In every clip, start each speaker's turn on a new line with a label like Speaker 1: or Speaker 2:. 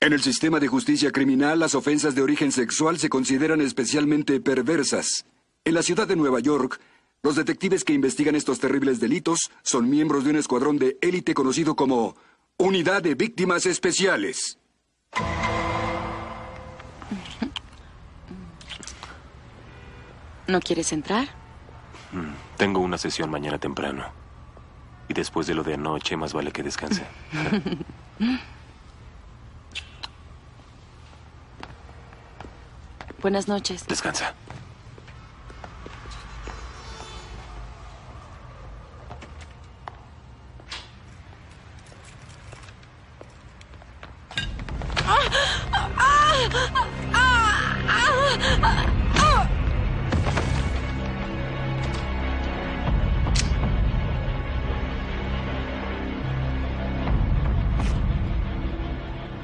Speaker 1: En el sistema de justicia criminal, las ofensas de origen sexual se consideran especialmente perversas. En la ciudad de Nueva York, los detectives que investigan estos terribles delitos son miembros de un escuadrón de élite conocido como Unidad de Víctimas Especiales.
Speaker 2: ¿No quieres entrar?
Speaker 3: Mm, Tengo una sesión mañana temprano. Y después de lo de anoche, más vale que descanse.
Speaker 2: Buenas noches.
Speaker 3: Descansa.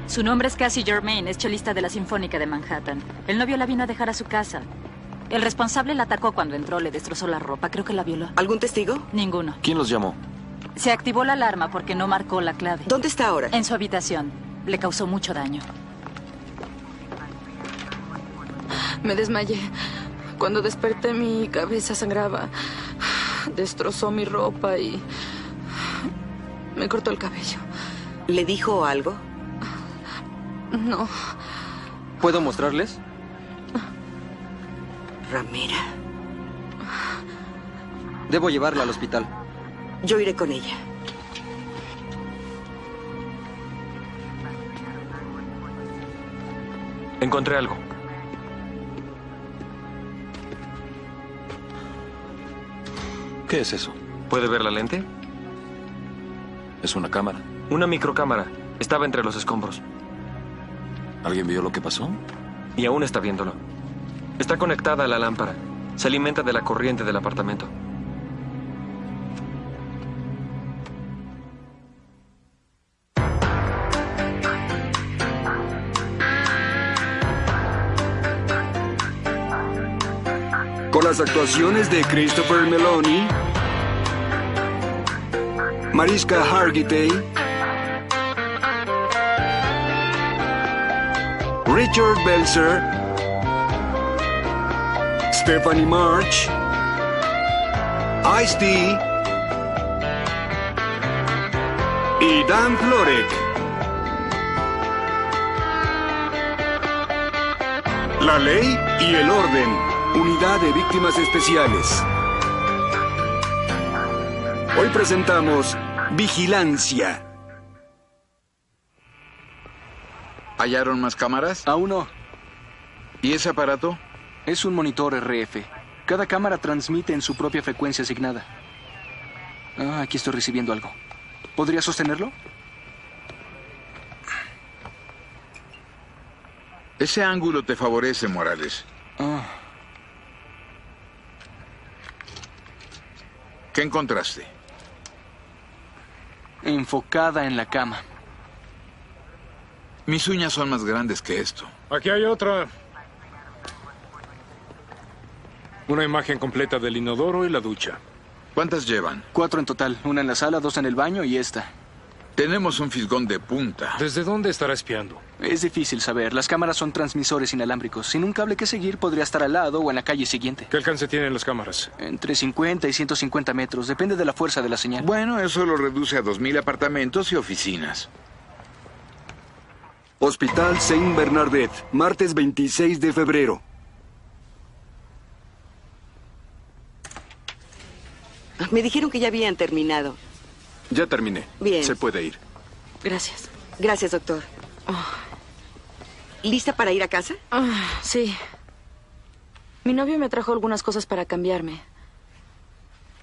Speaker 4: Su nombre es Cassie Germain, es chelista de la Sinfónica de Manhattan. El novio la vino a dejar a su casa. El responsable la atacó cuando entró, le destrozó la ropa, creo que la violó.
Speaker 5: ¿Algún testigo?
Speaker 4: Ninguno.
Speaker 6: ¿Quién los llamó?
Speaker 4: Se activó la alarma porque no marcó la clave.
Speaker 5: ¿Dónde está ahora?
Speaker 4: En su habitación. Le causó mucho daño.
Speaker 7: Me desmayé. Cuando desperté mi cabeza sangraba. Destrozó mi ropa y me cortó el cabello.
Speaker 5: ¿Le dijo algo?
Speaker 7: No,
Speaker 6: ¿Puedo mostrarles?
Speaker 5: Ramira.
Speaker 6: Debo llevarla al hospital.
Speaker 5: Yo iré con ella.
Speaker 3: Encontré algo.
Speaker 6: ¿Qué es eso?
Speaker 3: ¿Puede ver la lente?
Speaker 6: Es una cámara.
Speaker 3: Una microcámara. Estaba entre los escombros.
Speaker 6: ¿Alguien vio lo que pasó?
Speaker 3: Y aún está viéndolo. Está conectada a la lámpara. Se alimenta de la corriente del apartamento.
Speaker 1: Con las actuaciones de Christopher Meloni, Mariska Hargitay, Richard Belzer, Stephanie March, Ice-T y Dan Florek. La ley y el orden. Unidad de Víctimas Especiales. Hoy presentamos Vigilancia.
Speaker 8: ¿Hallaron más cámaras?
Speaker 9: Aún no.
Speaker 8: ¿Y ese aparato?
Speaker 9: Es un monitor RF. Cada cámara transmite en su propia frecuencia asignada. Ah, aquí estoy recibiendo algo. ¿Podría sostenerlo?
Speaker 8: Ese ángulo te favorece, Morales.
Speaker 9: Ah,
Speaker 8: ¿Qué encontraste?
Speaker 9: enfocada en la cama.
Speaker 8: Mis uñas son más grandes que esto.
Speaker 10: Aquí hay otra. Una imagen completa del inodoro y la ducha.
Speaker 8: ¿Cuántas llevan?
Speaker 9: Cuatro en total. Una en la sala, dos en el baño y esta.
Speaker 8: Tenemos un fisgón de punta.
Speaker 10: ¿Desde dónde estará espiando?
Speaker 9: Es difícil saber. Las cámaras son transmisores inalámbricos. Sin un cable que seguir podría estar al lado o en la calle siguiente.
Speaker 10: ¿Qué alcance tienen las cámaras?
Speaker 9: Entre 50 y 150 metros. Depende de la fuerza de la señal.
Speaker 8: Bueno, eso lo reduce a 2.000 apartamentos y oficinas.
Speaker 1: Hospital Saint Bernardet, martes 26 de febrero.
Speaker 5: Me dijeron que ya habían terminado.
Speaker 11: Ya terminé.
Speaker 5: Bien.
Speaker 11: Se puede ir.
Speaker 7: gracias.
Speaker 5: Gracias, doctor. ¿Lista para ir a casa?
Speaker 7: Ah, sí. Mi novio me trajo algunas cosas para cambiarme.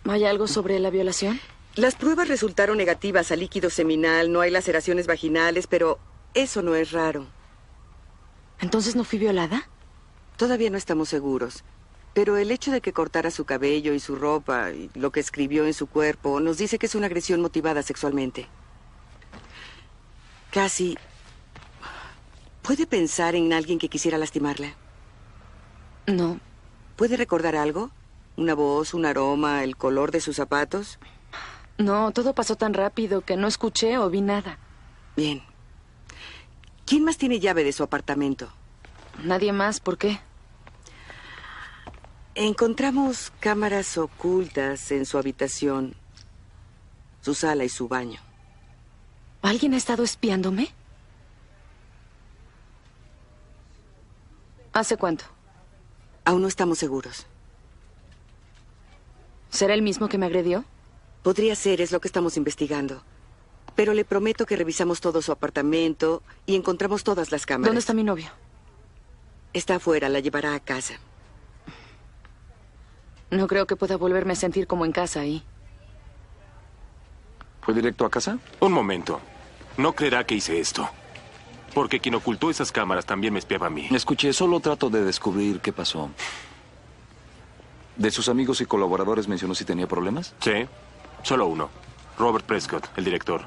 Speaker 7: ¿Hay algo sobre la violación?
Speaker 5: Las pruebas resultaron negativas a líquido seminal, no hay laceraciones vaginales, pero eso no es raro.
Speaker 7: ¿Entonces no fui violada?
Speaker 5: Todavía no estamos seguros. Pero el hecho de que cortara su cabello y su ropa y lo que escribió en su cuerpo nos dice que es una agresión motivada sexualmente. Casi. ¿Puede pensar en alguien que quisiera lastimarla?
Speaker 7: No.
Speaker 5: ¿Puede recordar algo? ¿Una voz, un aroma, el color de sus zapatos?
Speaker 7: No, todo pasó tan rápido que no escuché o vi nada.
Speaker 5: Bien. ¿Quién más tiene llave de su apartamento?
Speaker 7: Nadie más, ¿por qué?
Speaker 5: Encontramos cámaras ocultas en su habitación, su sala y su baño.
Speaker 7: ¿Alguien ha estado espiándome? ¿Hace cuánto?
Speaker 5: Aún no estamos seguros.
Speaker 7: ¿Será el mismo que me agredió?
Speaker 5: Podría ser, es lo que estamos investigando. Pero le prometo que revisamos todo su apartamento y encontramos todas las cámaras.
Speaker 7: ¿Dónde está mi novio?
Speaker 5: Está afuera, la llevará a casa.
Speaker 7: No creo que pueda volverme a sentir como en casa ahí.
Speaker 6: ¿Fue directo a casa?
Speaker 3: Un momento. No creerá que hice esto. Porque quien ocultó esas cámaras también me espiaba a mí.
Speaker 6: Escuché, solo trato de descubrir qué pasó. ¿De sus amigos y colaboradores mencionó si tenía problemas?
Speaker 3: Sí, solo uno. Robert Prescott, el director.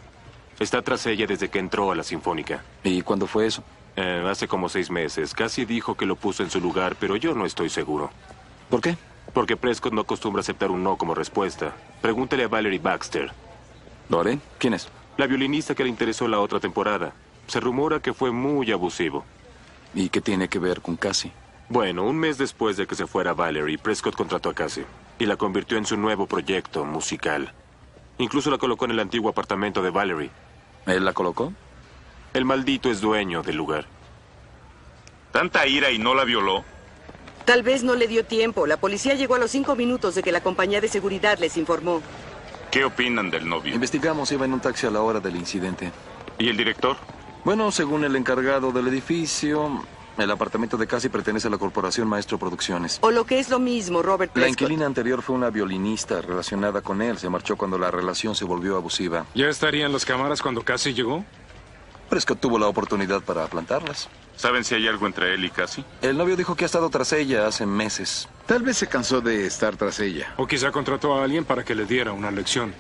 Speaker 3: Está tras ella desde que entró a la Sinfónica.
Speaker 6: ¿Y cuándo fue eso?
Speaker 3: Eh, hace como seis meses. Casi dijo que lo puso en su lugar, pero yo no estoy seguro.
Speaker 6: ¿Por qué?
Speaker 3: Porque Prescott no acostumbra aceptar un no como respuesta. Pregúntele a Valerie Baxter,
Speaker 6: ¿Lo haré? ¿Quién es?
Speaker 3: la violinista que le interesó la otra temporada. Se rumora que fue muy abusivo.
Speaker 6: ¿Y qué tiene que ver con Cassie?
Speaker 3: Bueno, un mes después de que se fuera Valerie, Prescott contrató a Cassie y la convirtió en su nuevo proyecto musical. Incluso la colocó en el antiguo apartamento de Valerie.
Speaker 6: ¿Él la colocó?
Speaker 3: El maldito es dueño del lugar.
Speaker 2: Tanta ira y no la violó.
Speaker 5: Tal vez no le dio tiempo. La policía llegó a los cinco minutos de que la compañía de seguridad les informó.
Speaker 2: ¿Qué opinan del novio?
Speaker 6: Investigamos, iba en un taxi a la hora del incidente.
Speaker 2: ¿Y el director?
Speaker 6: Bueno, según el encargado del edificio, el apartamento de Cassie pertenece a la corporación Maestro Producciones.
Speaker 5: O lo que es lo mismo, Robert
Speaker 6: La
Speaker 5: Prescott.
Speaker 6: inquilina anterior fue una violinista relacionada con él. Se marchó cuando la relación se volvió abusiva.
Speaker 10: ¿Ya estarían las cámaras cuando casi llegó?
Speaker 6: Prescott tuvo la oportunidad para plantarlas.
Speaker 2: ¿Saben si hay algo entre él y Cassie?
Speaker 6: El novio dijo que ha estado tras ella hace meses.
Speaker 8: Tal vez se cansó de estar tras ella.
Speaker 10: ¿O quizá contrató a alguien para que le diera una lección?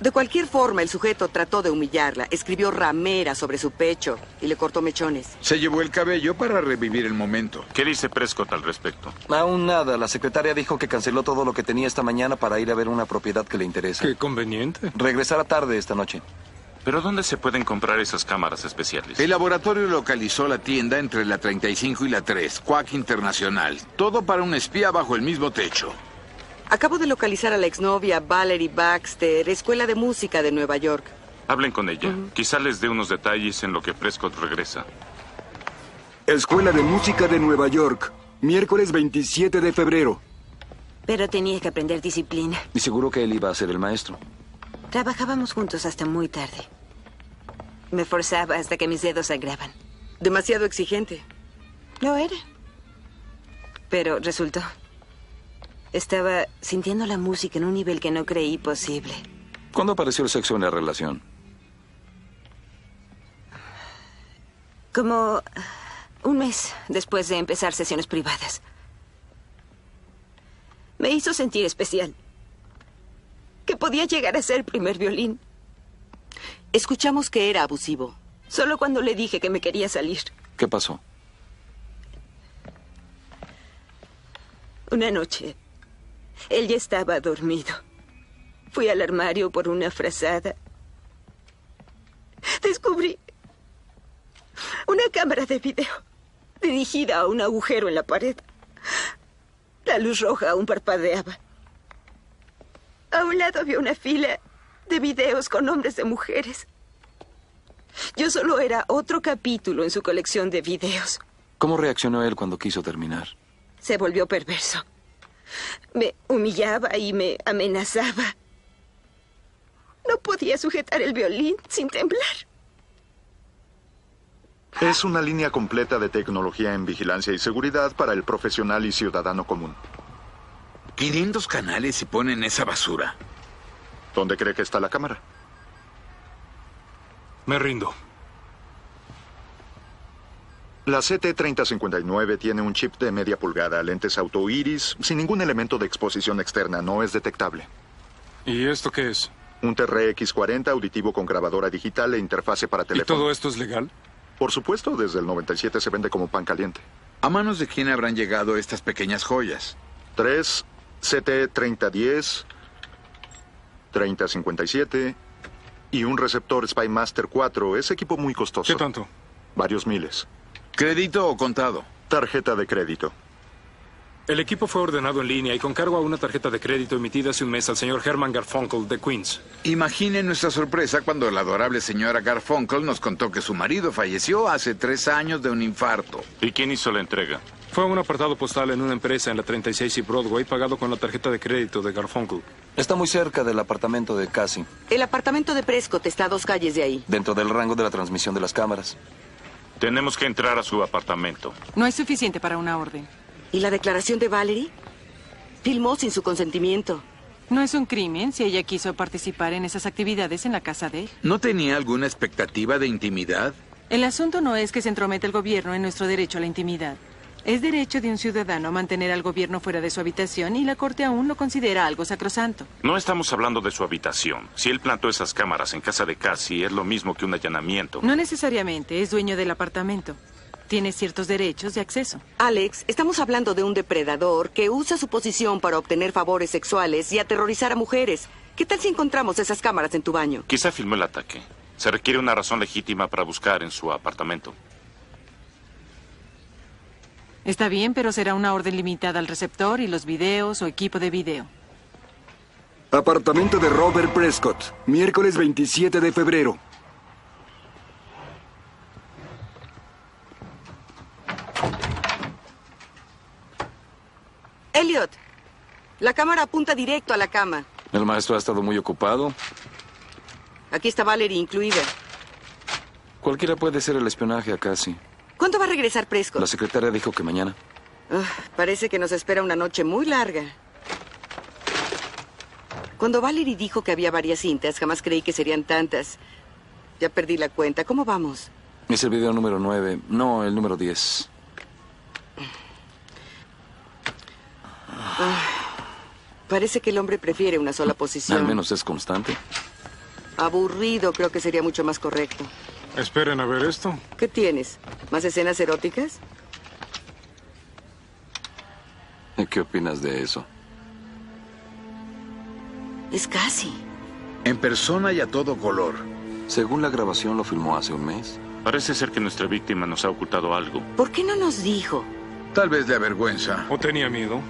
Speaker 5: De cualquier forma, el sujeto trató de humillarla, escribió ramera sobre su pecho y le cortó mechones.
Speaker 8: Se llevó el cabello para revivir el momento.
Speaker 2: ¿Qué dice Prescott al respecto?
Speaker 6: Aún nada, la secretaria dijo que canceló todo lo que tenía esta mañana para ir a ver una propiedad que le interesa.
Speaker 10: Qué conveniente.
Speaker 6: Regresará tarde esta noche.
Speaker 2: ¿Pero dónde se pueden comprar esas cámaras especiales?
Speaker 8: El laboratorio localizó la tienda entre la 35 y la 3, Quack Internacional. Todo para un espía bajo el mismo techo.
Speaker 5: Acabo de localizar a la exnovia Valerie Baxter, escuela de música de Nueva York.
Speaker 2: Hablen con ella. Quizá les dé unos detalles en lo que Prescott regresa.
Speaker 1: Escuela de Música de Nueva York, miércoles 27 de febrero.
Speaker 11: Pero tenía que aprender disciplina.
Speaker 6: Y seguro que él iba a ser el maestro.
Speaker 11: Trabajábamos juntos hasta muy tarde. Me forzaba hasta que mis dedos sangraban.
Speaker 5: Demasiado exigente.
Speaker 11: Lo era. Pero resultó. Estaba sintiendo la música en un nivel que no creí posible.
Speaker 6: ¿Cuándo apareció el sexo en la relación?
Speaker 11: Como ah, un mes después de empezar sesiones privadas. Me hizo sentir especial. Que podía llegar a ser primer violín.
Speaker 5: Escuchamos que era abusivo.
Speaker 11: Solo cuando le dije que me quería salir.
Speaker 6: ¿Qué pasó?
Speaker 11: Una noche, él ya estaba dormido. Fui al armario por una frazada. Descubrí una cámara de video dirigida a un agujero en la pared. La luz roja aún parpadeaba. A un lado había una fila de videos con nombres de mujeres. Yo solo era otro capítulo en su colección de videos.
Speaker 6: ¿Cómo reaccionó él cuando quiso terminar?
Speaker 11: Se volvió perverso. Me humillaba y me amenazaba. No podía sujetar el violín sin temblar.
Speaker 12: Es una línea completa de tecnología en vigilancia y seguridad para el profesional y ciudadano común.
Speaker 8: 500 canales y ponen esa basura.
Speaker 12: ¿Dónde cree que está la cámara?
Speaker 10: Me rindo.
Speaker 12: La CT3059 tiene un chip de media pulgada, lentes auto iris, sin ningún elemento de exposición externa, no es detectable.
Speaker 10: ¿Y esto qué es?
Speaker 12: Un TRX40 auditivo con grabadora digital e interfase para
Speaker 10: ¿Y
Speaker 12: teléfono.
Speaker 10: todo esto es legal?
Speaker 12: Por supuesto, desde el 97 se vende como pan caliente.
Speaker 8: ¿A manos de quién habrán llegado estas pequeñas joyas?
Speaker 12: 3, CT3010, 3057 y un receptor Spymaster 4. Es equipo muy costoso.
Speaker 10: ¿Qué tanto?
Speaker 12: Varios miles.
Speaker 8: ¿Crédito o contado?
Speaker 12: Tarjeta de crédito.
Speaker 10: El equipo fue ordenado en línea y con cargo a una tarjeta de crédito emitida hace un mes al señor Herman Garfunkel de Queens.
Speaker 8: Imaginen nuestra sorpresa cuando la adorable señora Garfunkel nos contó que su marido falleció hace tres años de un infarto.
Speaker 2: ¿Y quién hizo la entrega?
Speaker 10: Fue un apartado postal en una empresa en la 36 y Broadway pagado con la tarjeta de crédito de Garfunkel.
Speaker 6: Está muy cerca del apartamento de Cassie,
Speaker 5: El apartamento de Prescott está a dos calles de ahí.
Speaker 6: dentro del rango de la transmisión de las cámaras.
Speaker 2: Tenemos que entrar a su apartamento.
Speaker 13: No es suficiente para una orden.
Speaker 5: ¿Y la declaración de Valerie? Filmó sin su consentimiento.
Speaker 13: No es un crimen si ella quiso participar en esas actividades en la casa de él.
Speaker 8: ¿No tenía alguna expectativa de intimidad?
Speaker 13: El asunto no es que se entrometa el gobierno en nuestro derecho a la intimidad. Es derecho de un ciudadano mantener al gobierno fuera de su habitación y la Corte aún lo considera algo sacrosanto.
Speaker 2: No estamos hablando de su habitación. Si él plantó esas cámaras en casa de Cassie, es lo mismo que un allanamiento.
Speaker 13: No necesariamente es dueño del apartamento. Tiene ciertos derechos de acceso.
Speaker 5: Alex, estamos hablando de un depredador que usa su posición para obtener favores sexuales y aterrorizar a mujeres. ¿Qué tal si encontramos esas cámaras en tu baño?
Speaker 2: Quizá filmó el ataque. Se requiere una razón legítima para buscar en su apartamento.
Speaker 13: Está bien, pero será una orden limitada al receptor y los videos o equipo de video.
Speaker 1: Apartamento de Robert Prescott, miércoles 27 de febrero.
Speaker 5: Elliot, la cámara apunta directo a la cama.
Speaker 6: El maestro ha estado muy ocupado.
Speaker 5: Aquí está Valerie incluida.
Speaker 6: Cualquiera puede ser el espionaje a Cassie.
Speaker 5: ¿Cuándo va a regresar Prescott?
Speaker 6: La secretaria dijo que mañana.
Speaker 5: Ugh, parece que nos espera una noche muy larga. Cuando Valerie dijo que había varias cintas, jamás creí que serían tantas. Ya perdí la cuenta. ¿Cómo vamos?
Speaker 6: Es el video número 9. No, el número 10.
Speaker 5: Parece que el hombre prefiere una sola
Speaker 6: Al
Speaker 5: posición.
Speaker 6: menos es constante.
Speaker 5: Aburrido, creo que sería mucho más correcto.
Speaker 10: Esperen a ver esto.
Speaker 5: ¿Qué tienes? ¿Más escenas eróticas?
Speaker 6: ¿Y ¿Qué opinas de eso?
Speaker 5: Es casi.
Speaker 8: En persona y a todo color.
Speaker 6: Según la grabación lo filmó hace un mes.
Speaker 2: Parece ser que nuestra víctima nos ha ocultado algo.
Speaker 5: ¿Por qué no nos dijo?
Speaker 8: Tal vez de vergüenza.
Speaker 10: ¿O tenía miedo?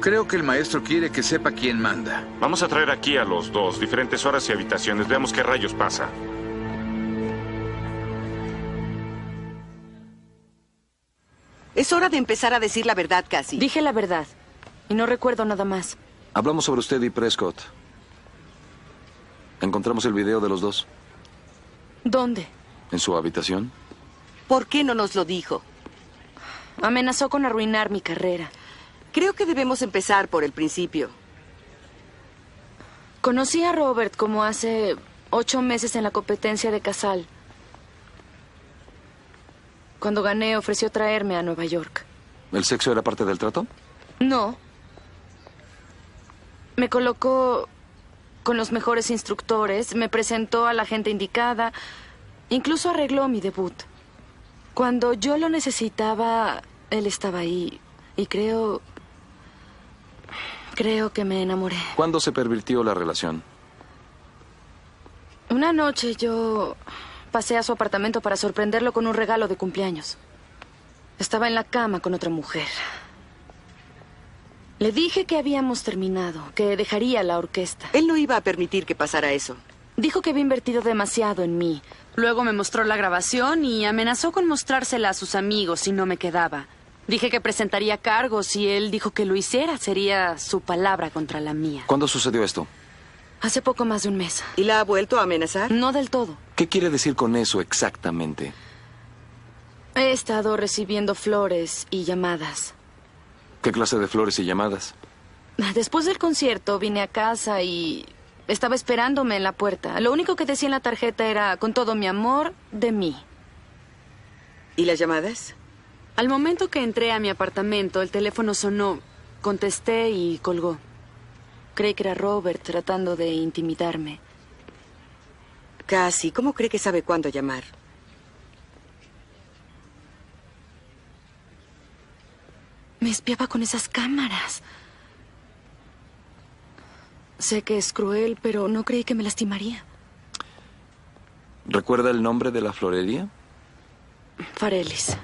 Speaker 8: Creo que el maestro quiere que sepa quién manda.
Speaker 2: Vamos a traer aquí a los dos, diferentes horas y habitaciones. Veamos qué rayos pasa.
Speaker 5: Es hora de empezar a decir la verdad, Cassie.
Speaker 7: Dije la verdad. Y no recuerdo nada más.
Speaker 6: Hablamos sobre usted y Prescott. Encontramos el video de los dos
Speaker 7: ¿Dónde?
Speaker 6: en su habitación.
Speaker 5: ¿Por qué no nos lo dijo?
Speaker 7: Amenazó con arruinar mi carrera.
Speaker 5: Creo que debemos empezar por el principio.
Speaker 7: Conocí a Robert como hace ocho meses en la competencia de Casal. Cuando gané, ofreció traerme a Nueva York.
Speaker 6: ¿El sexo era parte del trato?
Speaker 7: No. Me colocó con los mejores instructores, me presentó a la gente indicada, incluso arregló mi debut. Cuando yo lo necesitaba, él estaba ahí y creo... Creo que me enamoré.
Speaker 6: ¿Cuándo se pervirtió la relación?
Speaker 7: Una noche yo pasé a su apartamento para sorprenderlo con un regalo de cumpleaños. Estaba en la cama con otra mujer. Le dije que habíamos terminado, que dejaría la orquesta.
Speaker 5: Él no iba a permitir que pasara eso.
Speaker 7: Dijo que había invertido demasiado en mí. Luego me mostró la grabación y amenazó con mostrársela a sus amigos si no me quedaba. Dije que presentaría cargos y él dijo que lo hiciera. Sería su palabra contra la mía.
Speaker 6: ¿Cuándo sucedió esto?
Speaker 7: Hace poco más de un mes.
Speaker 5: ¿Y la ha vuelto a amenazar?
Speaker 7: No del todo.
Speaker 6: ¿Qué quiere decir con eso exactamente?
Speaker 7: He estado recibiendo flores y llamadas.
Speaker 6: ¿Qué clase de flores y llamadas?
Speaker 7: Después del concierto vine a casa y estaba esperándome en la puerta. Lo único que decía en la tarjeta era, con todo mi amor, de mí.
Speaker 5: ¿Y las llamadas?
Speaker 14: Al momento que entré a mi apartamento, el teléfono sonó. Contesté y colgó.
Speaker 7: Creí que era Robert tratando de intimidarme.
Speaker 5: Casi. ¿Cómo cree que sabe cuándo llamar?
Speaker 7: Me espiaba con esas cámaras. Sé que es cruel, pero no creí que me lastimaría.
Speaker 6: ¿Recuerda el nombre de la florería?
Speaker 7: Farelis.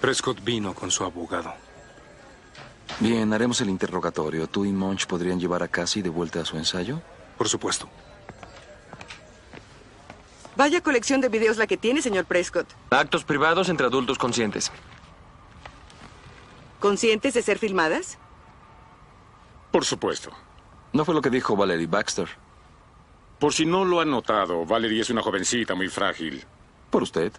Speaker 10: Prescott vino con su abogado.
Speaker 6: Bien, haremos el interrogatorio. ¿Tú y Monch podrían llevar a Cassie de vuelta a su ensayo?
Speaker 10: Por supuesto.
Speaker 5: Vaya colección de videos la que tiene, señor Prescott.
Speaker 15: Actos privados entre adultos conscientes.
Speaker 5: ¿Conscientes de ser filmadas?
Speaker 16: Por supuesto.
Speaker 6: No fue lo que dijo Valerie Baxter.
Speaker 16: Por si no lo han notado, Valerie es una jovencita muy frágil.
Speaker 6: Por usted.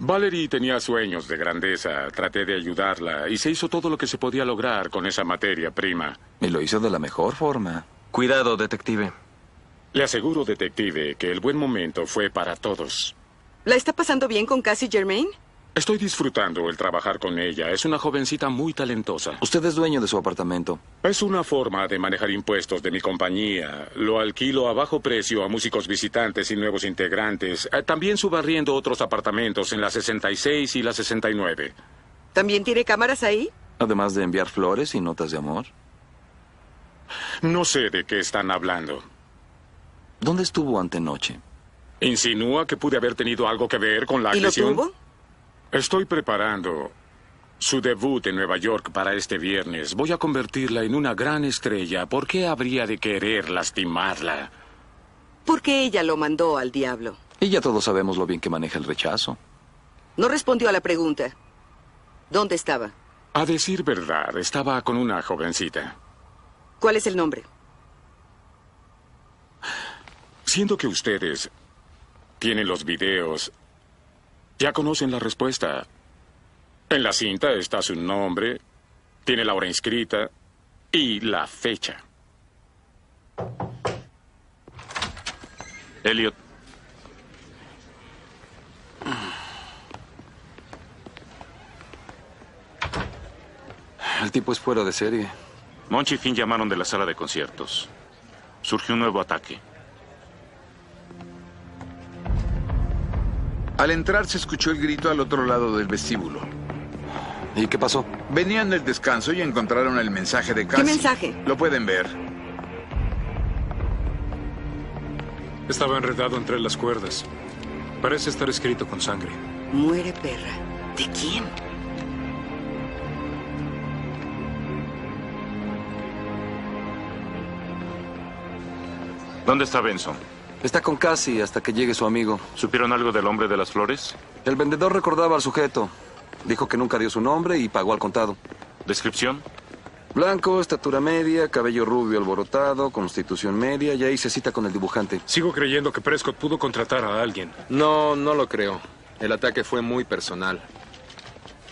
Speaker 16: Valerie tenía sueños de grandeza, traté de ayudarla y se hizo todo lo que se podía lograr con esa materia prima.
Speaker 6: Y lo hizo de la mejor forma.
Speaker 15: Cuidado, detective.
Speaker 16: Le aseguro, detective, que el buen momento fue para todos.
Speaker 5: ¿La está pasando bien con Cassie Germain?
Speaker 16: Estoy disfrutando el trabajar con ella. Es una jovencita muy talentosa.
Speaker 6: Usted es dueño de su apartamento.
Speaker 16: Es una forma de manejar impuestos de mi compañía. Lo alquilo a bajo precio a músicos visitantes y nuevos integrantes. Eh, También subarriendo otros apartamentos en la 66 y la 69.
Speaker 5: ¿También tiene cámaras ahí?
Speaker 6: Además de enviar flores y notas de amor.
Speaker 16: No sé de qué están hablando.
Speaker 6: ¿Dónde estuvo antenoche?
Speaker 16: ¿Insinúa que pude haber tenido algo que ver con la agresión? Estoy preparando su debut en Nueva York para este viernes. Voy a convertirla en una gran estrella. ¿Por qué habría de querer lastimarla?
Speaker 5: Porque ella lo mandó al diablo.
Speaker 6: Y ya todos sabemos lo bien que maneja el rechazo.
Speaker 5: No respondió a la pregunta. ¿Dónde estaba?
Speaker 16: A decir verdad, estaba con una jovencita.
Speaker 5: ¿Cuál es el nombre?
Speaker 16: Siendo que ustedes tienen los videos, ya conocen la respuesta. En la cinta está su nombre, tiene la hora inscrita y la fecha.
Speaker 2: Elliot,
Speaker 6: El tipo es fuera de serie.
Speaker 2: Monchi y Finn llamaron de la sala de conciertos. Surgió un nuevo ataque.
Speaker 8: Al entrar se escuchó el grito al otro lado del vestíbulo.
Speaker 6: ¿Y qué pasó?
Speaker 8: Venían del descanso y encontraron el mensaje de Cassie.
Speaker 5: mensaje?
Speaker 8: Lo pueden ver.
Speaker 10: Estaba enredado entre las cuerdas. Parece estar escrito con sangre.
Speaker 5: Muere perra. ¿De quién?
Speaker 2: ¿Dónde está Benson?
Speaker 6: Está con Cassie hasta que llegue su amigo.
Speaker 2: ¿Supieron algo del hombre de las flores?
Speaker 6: El vendedor recordaba al sujeto. Dijo que nunca dio su nombre y pagó al contado.
Speaker 2: ¿Descripción?
Speaker 6: Blanco, estatura media, cabello rubio alborotado, constitución media, y ahí se cita con el dibujante.
Speaker 10: Sigo creyendo que Prescott pudo contratar a alguien.
Speaker 17: No, no lo creo. El ataque fue muy personal.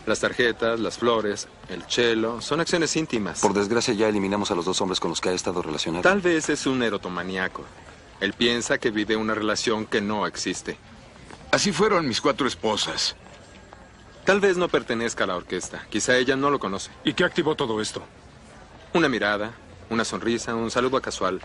Speaker 17: Las tarjetas, las flores, el chelo, son acciones íntimas.
Speaker 6: Por desgracia ya eliminamos a los dos hombres con los que ha estado relacionado.
Speaker 17: Tal vez es un erotomaniaco. Él piensa que vive una relación que no existe.
Speaker 8: Así fueron mis cuatro esposas.
Speaker 17: Tal vez no pertenezca a la orquesta. Quizá ella no lo conoce.
Speaker 10: ¿Y qué activó todo esto?
Speaker 17: Una mirada, una sonrisa, un saludo casual.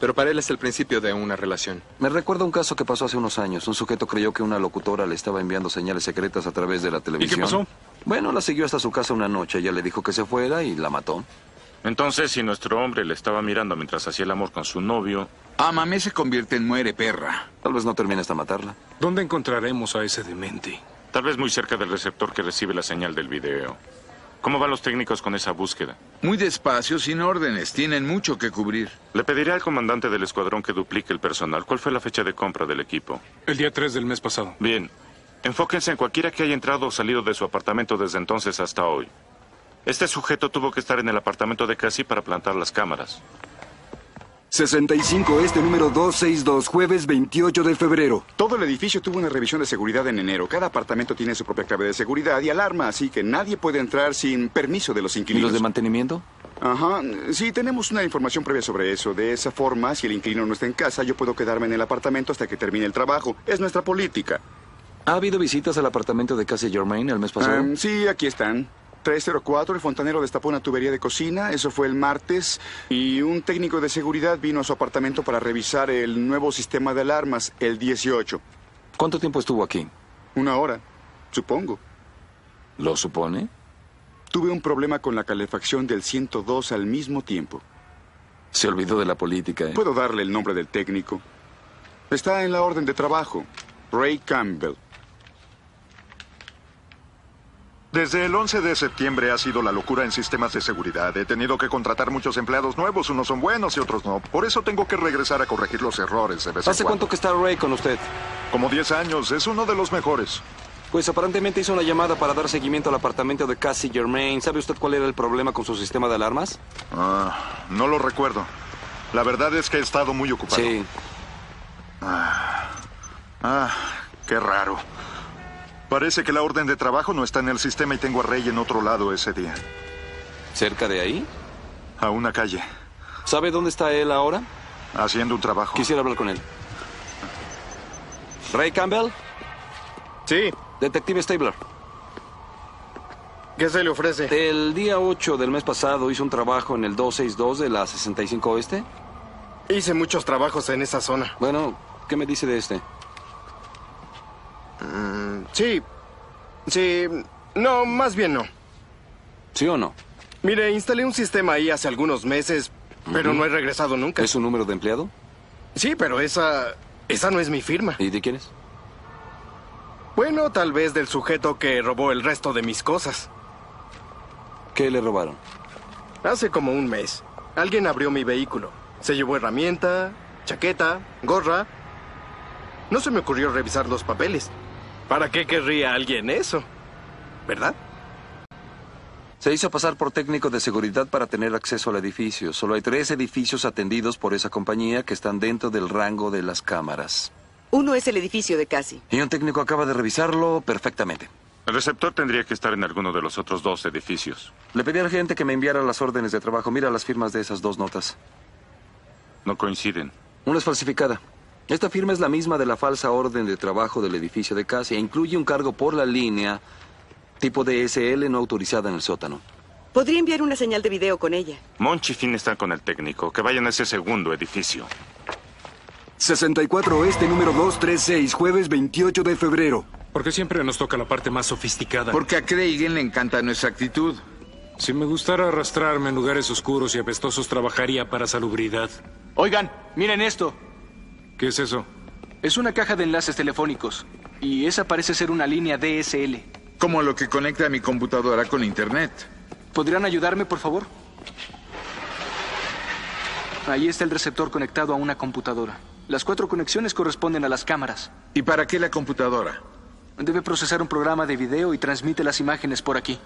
Speaker 17: Pero para él es el principio de una relación.
Speaker 6: Me recuerda un caso que pasó hace unos años. Un sujeto creyó que una locutora le estaba enviando señales secretas a través de la televisión.
Speaker 2: pasó?
Speaker 6: Bueno, la siguió hasta su casa una noche. Ella le dijo que se fuera y la mató.
Speaker 2: Entonces, si nuestro hombre le estaba mirando mientras hacía el amor con su novio,
Speaker 8: Amame Ah, se convierte en muere perra.
Speaker 6: Tal vez no termine hasta matarla.
Speaker 10: ¿Dónde encontraremos a ese demente?
Speaker 2: tal vez muy cerca del receptor que recibe la señal del video. ¿Cómo van los técnicos con esa búsqueda?
Speaker 8: Muy despacio, sin órdenes. Tienen mucho que cubrir.
Speaker 2: Le pediré al comandante del escuadrón que duplique el personal. ¿Cuál fue la fecha de compra del equipo?
Speaker 10: El día 3 del mes pasado.
Speaker 2: Bien, enfóquense en cualquiera que haya entrado o salido de su apartamento desde entonces hasta hoy. Este sujeto tuvo que estar en el apartamento de Cassie para plantar las cámaras.
Speaker 1: 65 este número 262, jueves 28 de febrero.
Speaker 18: Todo el edificio tuvo una revisión de seguridad en enero. Cada apartamento tiene su propia clave de seguridad y alarma, así que nadie puede entrar sin permiso de los
Speaker 6: ¿Y
Speaker 18: inquilinos.
Speaker 6: los de mantenimiento?
Speaker 18: Ajá. Sí, tenemos una información previa sobre eso. De esa forma, si el inquilino no está en casa, yo puedo quedarme en el apartamento hasta que termine el trabajo. Es nuestra política.
Speaker 6: ¿Ha habido visitas al apartamento de Cassie Germain el mes pasado?
Speaker 18: Em, sí, aquí están. 304, el fontanero destapó una tubería de cocina, eso fue el martes, y un técnico de seguridad vino a su apartamento para revisar el nuevo sistema de alarmas, el 18.
Speaker 6: ¿Cuánto tiempo estuvo aquí?
Speaker 18: Una hora, supongo.
Speaker 6: ¿Lo supone?
Speaker 18: Tuve un problema con la calefacción del 102 al mismo tiempo.
Speaker 6: Se olvidó de la política. ¿eh?
Speaker 18: Puedo darle el nombre del técnico. Está en la orden de trabajo. Ray Campbell.
Speaker 12: Desde el 11 de septiembre ha sido la locura en sistemas de seguridad. He tenido que contratar muchos empleados nuevos, unos son buenos y otros no. Por eso tengo que regresar a corregir los errores de vez en
Speaker 6: ¿Hace
Speaker 12: cuando.
Speaker 6: cuánto que está Ray con usted?
Speaker 12: Como 10 años, es uno de los mejores.
Speaker 6: Pues aparentemente hizo una llamada para dar seguimiento al apartamento de Cassie Germain. ¿Sabe usted cuál era el problema con su sistema de alarmas?
Speaker 12: Ah, no lo recuerdo. La verdad es que he estado muy ocupado.
Speaker 6: Sí.
Speaker 12: Ah, ah, qué raro. Parece que la orden de trabajo no está en el sistema y tengo a Rey en otro lado ese día.
Speaker 6: ¿Cerca de ahí?
Speaker 12: A una calle.
Speaker 6: ¿Sabe dónde está él ahora?
Speaker 12: Haciendo un trabajo.
Speaker 6: Quisiera hablar con él. ¿Ray Campbell?
Speaker 19: Sí.
Speaker 6: Detective Stabler.
Speaker 19: ¿Qué se le ofrece?
Speaker 6: El día 8 del mes pasado hizo un trabajo en el 262 de la 65 Oeste.
Speaker 19: Hice muchos trabajos en esa zona.
Speaker 6: Bueno, ¿qué me dice de este?
Speaker 19: Mm, Sí. Sí. No, más bien no.
Speaker 6: ¿Sí o no?
Speaker 19: Mire, instalé un sistema ahí hace algunos meses, pero
Speaker 6: Ujú.
Speaker 19: no he regresado nunca.
Speaker 6: ¿Es un número de empleado?
Speaker 19: Sí, pero esa... Esa no es mi firma.
Speaker 6: ¿Y de quién es?
Speaker 19: Bueno, tal vez del sujeto que robó el resto de mis cosas.
Speaker 6: ¿Qué le robaron?
Speaker 19: Hace como un mes, alguien abrió mi vehículo. Se llevó herramienta, chaqueta, gorra. No se me ocurrió revisar los papeles. ¿Para qué querría alguien eso? ¿Verdad?
Speaker 6: Se hizo pasar por técnico de seguridad para tener acceso al edificio. Solo hay tres edificios atendidos por esa compañía que están dentro del rango de las cámaras.
Speaker 5: Uno es el edificio de Casi.
Speaker 6: Y un técnico acaba de revisarlo perfectamente.
Speaker 2: El receptor tendría que estar en alguno de los otros dos edificios.
Speaker 6: Le pedí al gente que me enviara las órdenes de trabajo. Mira las firmas de esas dos notas.
Speaker 2: No coinciden.
Speaker 6: Una es falsificada. Esta firma es la misma de la falsa orden de trabajo del edificio de casa e incluye un cargo por la línea tipo DSL no autorizada en el sótano.
Speaker 5: Podría enviar una señal de video con ella.
Speaker 2: Monch y Finn están con el técnico. Que vayan a ese segundo edificio.
Speaker 1: 64 Oeste Este número 236, jueves 28 de febrero.
Speaker 16: ¿Por qué siempre nos toca la parte más sofisticada?
Speaker 8: Porque a Cragen le encanta nuestra actitud.
Speaker 16: Si me gustara arrastrarme en lugares oscuros y apestosos, trabajaría para salubridad.
Speaker 9: Oigan, miren esto.
Speaker 16: ¿Qué es eso?
Speaker 9: Es una caja de enlaces telefónicos. Y esa parece ser una línea DSL.
Speaker 8: Como lo que conecta a mi computadora con internet.
Speaker 9: ¿Podrían ayudarme, por favor? Ahí está el receptor conectado a una computadora. Las cuatro conexiones corresponden a las cámaras.
Speaker 8: ¿Y para qué la computadora?
Speaker 9: Debe procesar un programa de video y transmite las imágenes por aquí.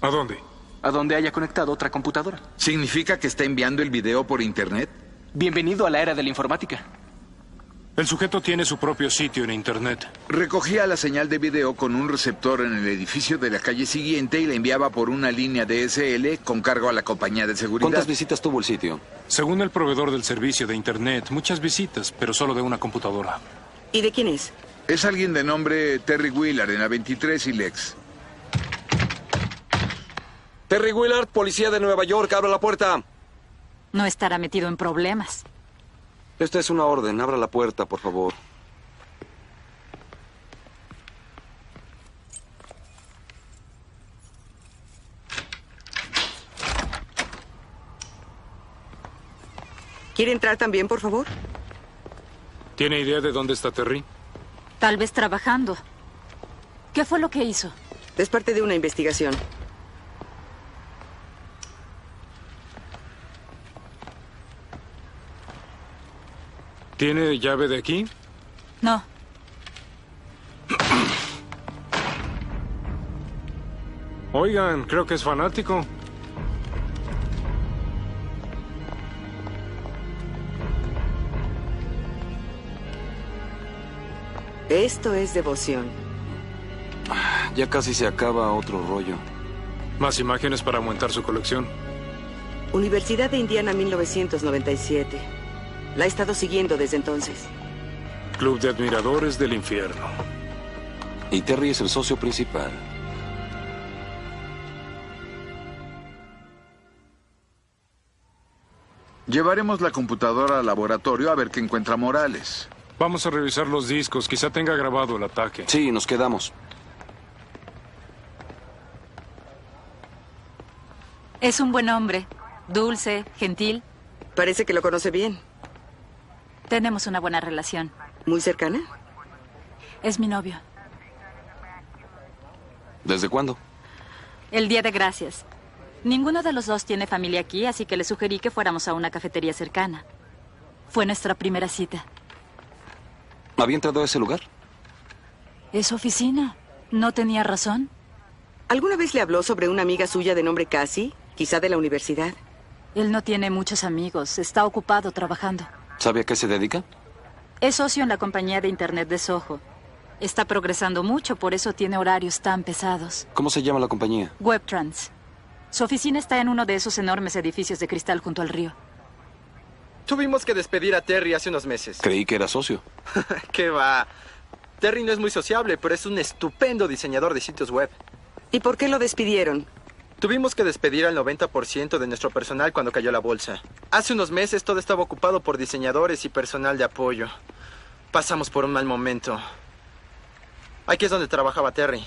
Speaker 16: ¿A dónde?
Speaker 9: A donde haya conectado otra computadora.
Speaker 8: ¿Significa que está enviando el video por internet?
Speaker 9: Bienvenido a la era de la informática.
Speaker 16: El sujeto tiene su propio sitio en Internet.
Speaker 8: Recogía la señal de video con un receptor en el edificio de la calle siguiente y la enviaba por una línea DSL con cargo a la compañía de seguridad.
Speaker 16: ¿Cuántas
Speaker 6: visitas tuvo el sitio?
Speaker 16: Según el proveedor del servicio de Internet, muchas visitas, pero solo de una computadora.
Speaker 5: ¿Y de quién es?
Speaker 8: Es alguien de nombre Terry Willard en la 23 y Lex.
Speaker 6: Terry Willard, policía de Nueva York, abra la puerta.
Speaker 4: No estará metido en problemas.
Speaker 6: Esta es una orden, abra la puerta, por favor.
Speaker 5: ¿Quiere entrar también, por favor?
Speaker 16: ¿Tiene idea de dónde está Terry?
Speaker 4: Tal vez trabajando. ¿Qué fue lo que hizo?
Speaker 5: Es parte de una investigación.
Speaker 16: ¿Tiene llave de aquí?
Speaker 4: No.
Speaker 16: Oigan, creo que es fanático.
Speaker 5: Esto es devoción.
Speaker 6: Ya casi se acaba otro rollo.
Speaker 16: Más imágenes para aumentar su colección.
Speaker 5: Universidad de Indiana 1997. La he estado siguiendo desde entonces.
Speaker 16: Club de Admiradores del Infierno.
Speaker 6: Y Terry es el socio principal.
Speaker 8: Llevaremos la computadora al laboratorio a ver qué encuentra Morales.
Speaker 16: Vamos a revisar los discos. Quizá tenga grabado el ataque.
Speaker 6: Sí, nos quedamos.
Speaker 4: Es un buen hombre. Dulce, gentil.
Speaker 5: Parece que lo conoce bien.
Speaker 4: Tenemos una buena relación.
Speaker 5: ¿Muy cercana?
Speaker 4: Es mi novio.
Speaker 6: ¿Desde cuándo?
Speaker 4: El día de gracias. Ninguno de los dos tiene familia aquí, así que le sugerí que fuéramos a una cafetería cercana. Fue nuestra primera cita.
Speaker 6: ¿Había entrado a ese lugar?
Speaker 4: Es su oficina. ¿No tenía razón?
Speaker 5: ¿Alguna vez le habló sobre una amiga suya de nombre Cassie? Quizá de la universidad.
Speaker 4: Él no tiene muchos amigos. Está ocupado trabajando.
Speaker 6: ¿Sabe a qué se dedica?
Speaker 4: Es socio en la compañía de Internet de Soho. Está progresando mucho, por eso tiene horarios tan pesados.
Speaker 6: ¿Cómo se llama la compañía?
Speaker 4: Webtrans. Su oficina está en uno de esos enormes edificios de cristal junto al río.
Speaker 20: Tuvimos que despedir a Terry hace unos meses.
Speaker 6: Creí que era socio.
Speaker 20: ¿Qué va? Terry no es muy sociable, pero es un estupendo diseñador de sitios web.
Speaker 5: ¿Y por qué lo despidieron?
Speaker 20: Tuvimos que despedir al 90% de nuestro personal cuando cayó la bolsa. Hace unos meses todo estaba ocupado por diseñadores y personal de apoyo. Pasamos por un mal momento. Aquí es donde trabajaba Terry.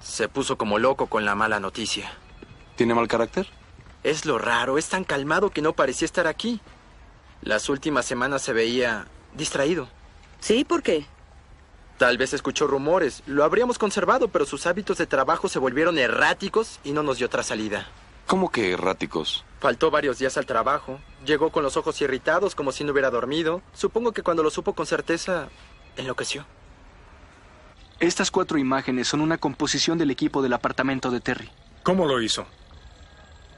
Speaker 20: Se puso como loco con la mala noticia.
Speaker 6: ¿Tiene mal carácter?
Speaker 20: Es lo raro, es tan calmado que no parecía estar aquí. Las últimas semanas se veía distraído.
Speaker 5: ¿Sí? ¿Por qué?
Speaker 20: Tal vez escuchó rumores. Lo habríamos conservado, pero sus hábitos de trabajo se volvieron erráticos y no nos dio otra salida.
Speaker 6: ¿Cómo que erráticos?
Speaker 20: Faltó varios días al trabajo. Llegó con los ojos irritados como si no hubiera dormido. Supongo que cuando lo supo con certeza, enloqueció.
Speaker 9: Estas cuatro imágenes son una composición del equipo del apartamento de Terry.
Speaker 16: ¿Cómo lo hizo?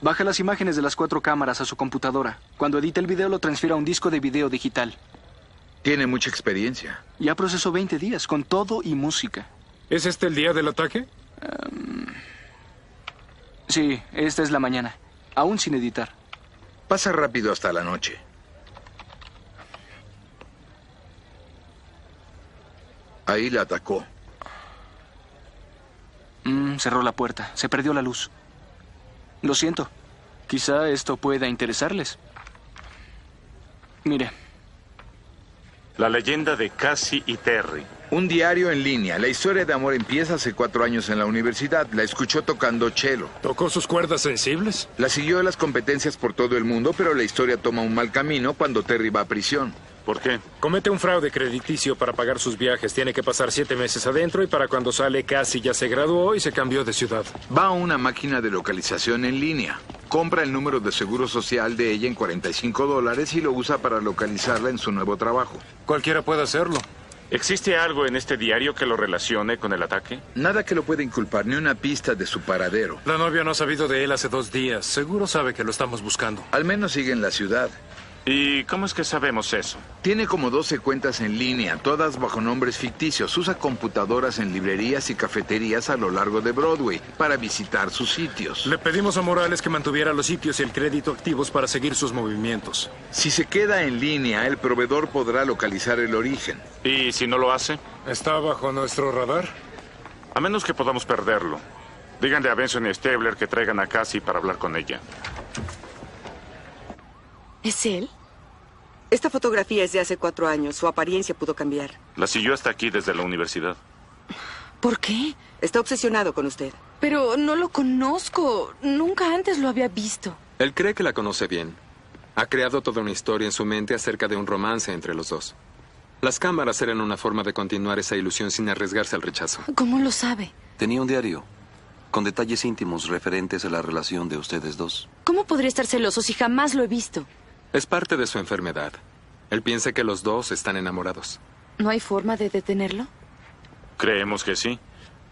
Speaker 9: Baja las imágenes de las cuatro cámaras a su computadora. Cuando edita el video lo transfiere a un disco de video digital.
Speaker 8: Tiene mucha experiencia.
Speaker 9: Ya procesó 20 días con todo y música.
Speaker 16: ¿Es este el día del ataque?
Speaker 9: Um, sí, esta es la mañana. Aún sin editar.
Speaker 8: Pasa rápido hasta la noche. Ahí la atacó.
Speaker 9: Mm, cerró la puerta. Se perdió la luz. Lo siento. Quizá esto pueda interesarles. Mire.
Speaker 2: La leyenda de Cassie y Terry.
Speaker 8: Un diario en línea. La historia de amor empieza hace cuatro años en la universidad. La escuchó tocando cello.
Speaker 16: ¿Tocó sus cuerdas sensibles?
Speaker 8: La siguió en las competencias por todo el mundo, pero la historia toma un mal camino cuando Terry va a prisión.
Speaker 2: ¿Por qué?
Speaker 16: Comete un fraude crediticio para pagar sus viajes. Tiene que pasar siete meses adentro y para cuando sale Cassie ya se graduó y se cambió de ciudad.
Speaker 8: Va a una máquina de localización en línea. Compra el número de seguro social de ella en 45 dólares y lo usa para localizarla en su nuevo trabajo.
Speaker 16: Cualquiera puede hacerlo.
Speaker 2: ¿Existe algo en este diario que lo relacione con el ataque?
Speaker 8: Nada que lo pueda inculpar, ni una pista de su paradero.
Speaker 16: La novia no ha sabido de él hace dos días. Seguro sabe que lo estamos buscando.
Speaker 8: Al menos sigue en la ciudad.
Speaker 2: ¿Y cómo es que sabemos eso?
Speaker 8: Tiene como 12 cuentas en línea, todas bajo nombres ficticios. Usa computadoras en librerías y cafeterías a lo largo de Broadway para visitar sus sitios.
Speaker 16: Le pedimos a Morales que mantuviera los sitios y el crédito activos para seguir sus movimientos.
Speaker 8: Si se queda en línea, el proveedor podrá localizar el origen.
Speaker 2: ¿Y si no lo hace?
Speaker 16: Está bajo nuestro radar.
Speaker 2: A menos que podamos perderlo. Díganle a Benson y Stabler que traigan a Cassie para hablar con ella.
Speaker 7: ¿Es él?
Speaker 5: Esta fotografía es de hace cuatro años. Su apariencia pudo cambiar.
Speaker 2: La siguió hasta aquí desde la universidad.
Speaker 7: ¿Por qué?
Speaker 5: Está obsesionado con usted.
Speaker 7: Pero no lo conozco. Nunca antes lo había visto.
Speaker 17: Él cree que la conoce bien. Ha creado toda una historia en su mente acerca de un romance entre los dos. Las cámaras eran una forma de continuar esa ilusión sin arriesgarse al rechazo.
Speaker 7: ¿Cómo lo sabe?
Speaker 6: Tenía un diario con detalles íntimos referentes a la relación de ustedes dos.
Speaker 7: ¿Cómo podría estar celoso si jamás lo he visto?
Speaker 17: Es parte de su enfermedad. Él piensa que los dos están enamorados.
Speaker 7: ¿No hay forma de detenerlo?
Speaker 2: Creemos que sí,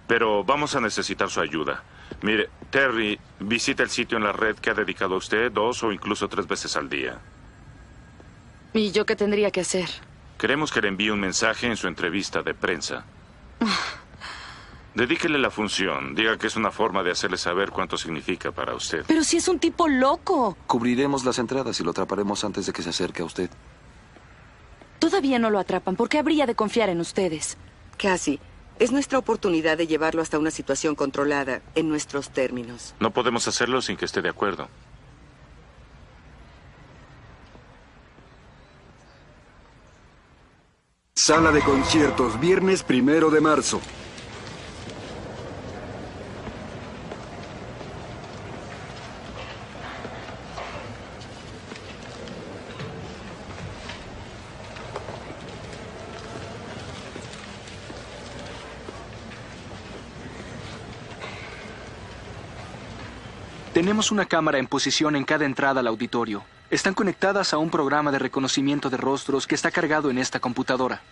Speaker 2: pero vamos a necesitar su ayuda. Mire, Terry, visita el sitio en la red que ha dedicado a usted dos o incluso tres veces al día.
Speaker 7: ¿Y yo qué tendría que hacer?
Speaker 2: Queremos que le envíe un mensaje en su entrevista de prensa. Dedíquele la función. Diga que es una forma de hacerle saber cuánto significa para usted.
Speaker 7: Pero si es un tipo loco.
Speaker 6: Cubriremos las entradas y lo atraparemos antes de que se acerque a usted.
Speaker 7: Todavía no lo atrapan. ¿Por qué habría de confiar en ustedes?
Speaker 5: Casi. Es nuestra oportunidad de llevarlo hasta una situación controlada, en nuestros términos.
Speaker 2: No podemos hacerlo sin que esté de acuerdo.
Speaker 1: Sala de conciertos, viernes primero de marzo.
Speaker 9: Tenemos una cámara en posición en cada entrada al auditorio. Están conectadas a un programa de reconocimiento de rostros que está cargado en esta computadora.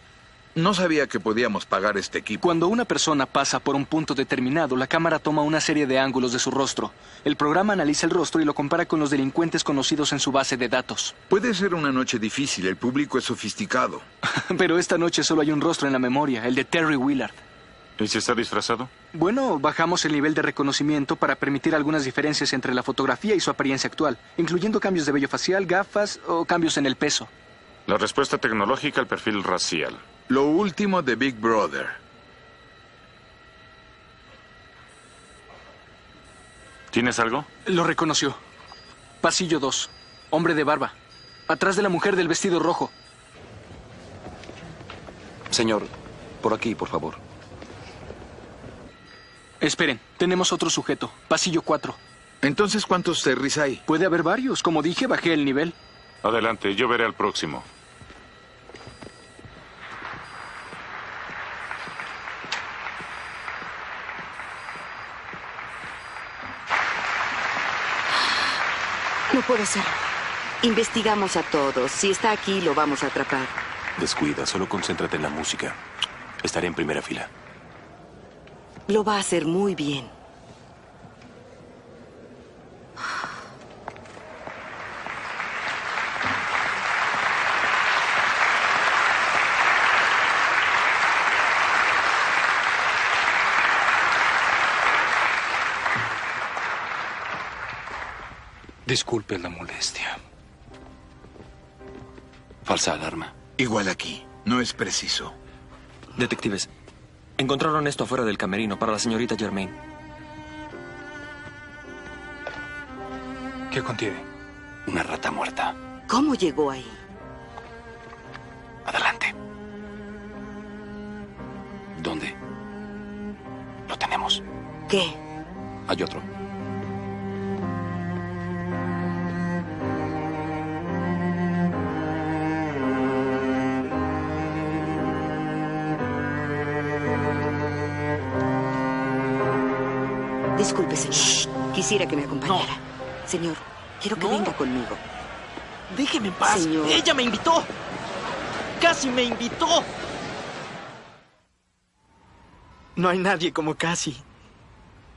Speaker 8: No sabía que podíamos pagar este equipo.
Speaker 9: Cuando una persona pasa por un punto determinado, la cámara toma una serie de ángulos de su rostro. El programa analiza el rostro y lo compara con los delincuentes conocidos en su base de datos.
Speaker 8: Puede ser una noche difícil, el público es sofisticado.
Speaker 9: Pero esta noche solo hay un rostro en la memoria, el de Terry Willard.
Speaker 2: ¿Y si está disfrazado?
Speaker 9: Bueno, bajamos el nivel de reconocimiento para permitir algunas diferencias entre la fotografía y su apariencia actual, incluyendo cambios de vello facial, gafas o cambios en el peso.
Speaker 2: La respuesta tecnológica al perfil racial.
Speaker 8: Lo último de Big Brother.
Speaker 2: ¿Tienes algo?
Speaker 9: Lo reconoció. Pasillo 2. Hombre de barba. Atrás de la mujer del vestido rojo.
Speaker 6: Señor, por aquí, por favor.
Speaker 9: Esperen, tenemos otro sujeto. Pasillo 4.
Speaker 8: Entonces, ¿cuántos Terrys hay?
Speaker 9: Puede haber varios. Como dije, bajé el nivel.
Speaker 2: Adelante, yo veré al próximo.
Speaker 5: No puede ser. Investigamos a todos. Si está aquí, lo vamos a atrapar.
Speaker 3: Descuida, solo concéntrate en la música. Estaré en primera fila.
Speaker 5: Lo va a hacer muy bien.
Speaker 6: Disculpe la molestia. Falsa alarma.
Speaker 8: Igual aquí. No es preciso.
Speaker 15: Detectives, encontraron esto afuera del camerino para la señorita Germain.
Speaker 9: ¿Qué contiene?
Speaker 6: Una rata muerta.
Speaker 5: ¿Cómo llegó ahí?
Speaker 6: Adelante. ¿Dónde? Lo tenemos.
Speaker 5: ¿Qué?
Speaker 6: Hay otro.
Speaker 5: Disculpe, señor. Quisiera que me acompañara. No. Señor, quiero que no. venga conmigo.
Speaker 21: Déjeme en paz. Señor. Ella me invitó. Casi me invitó. No hay nadie como Casi.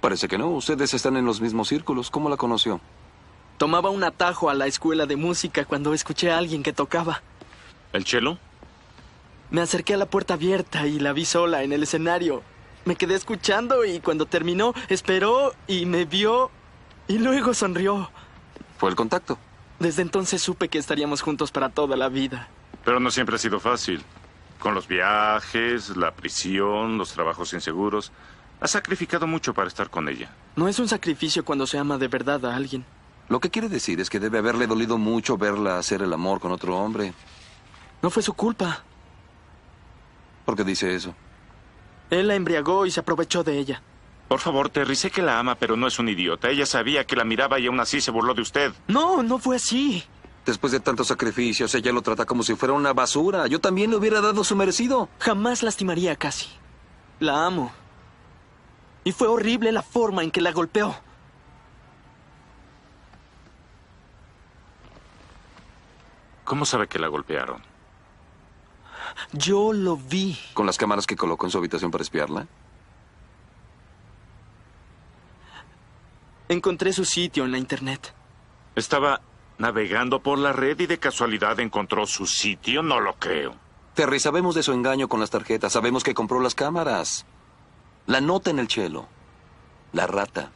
Speaker 6: Parece que no. Ustedes están en los mismos círculos. ¿Cómo la conoció?
Speaker 21: Tomaba un atajo a la escuela de música cuando escuché a alguien que tocaba.
Speaker 2: ¿El chelo?
Speaker 21: Me acerqué a la puerta abierta y la vi sola en el escenario. Me quedé escuchando y cuando terminó, esperó y me vio y luego sonrió.
Speaker 6: Fue el contacto.
Speaker 21: Desde entonces supe que estaríamos juntos para toda la vida.
Speaker 2: Pero no siempre ha sido fácil. Con los viajes, la prisión, los trabajos inseguros. Ha sacrificado mucho para estar con ella.
Speaker 21: No es un sacrificio cuando se ama de verdad a alguien.
Speaker 6: Lo que quiere decir es que debe haberle dolido mucho verla hacer el amor con otro hombre.
Speaker 21: No fue su culpa.
Speaker 6: ¿Por qué dice eso?
Speaker 21: Él la embriagó y se aprovechó de ella.
Speaker 2: Por favor, Terry, sé que la ama, pero no es un idiota. Ella sabía que la miraba y aún así se burló de usted.
Speaker 21: No, no fue así.
Speaker 6: Después de tantos sacrificios, ella lo trata como si fuera una basura. Yo también le hubiera dado su merecido.
Speaker 21: Jamás lastimaría a Cassie. La amo. Y fue horrible la forma en que la golpeó.
Speaker 2: ¿Cómo sabe que la golpearon?
Speaker 21: Yo lo vi.
Speaker 6: ¿Con las cámaras que colocó en su habitación para espiarla?
Speaker 21: Encontré su sitio en la internet.
Speaker 2: Estaba navegando por la red y de casualidad encontró su sitio, no lo creo.
Speaker 6: Terry, sabemos de su engaño con las tarjetas, sabemos que compró las cámaras. La nota en el chelo. La rata.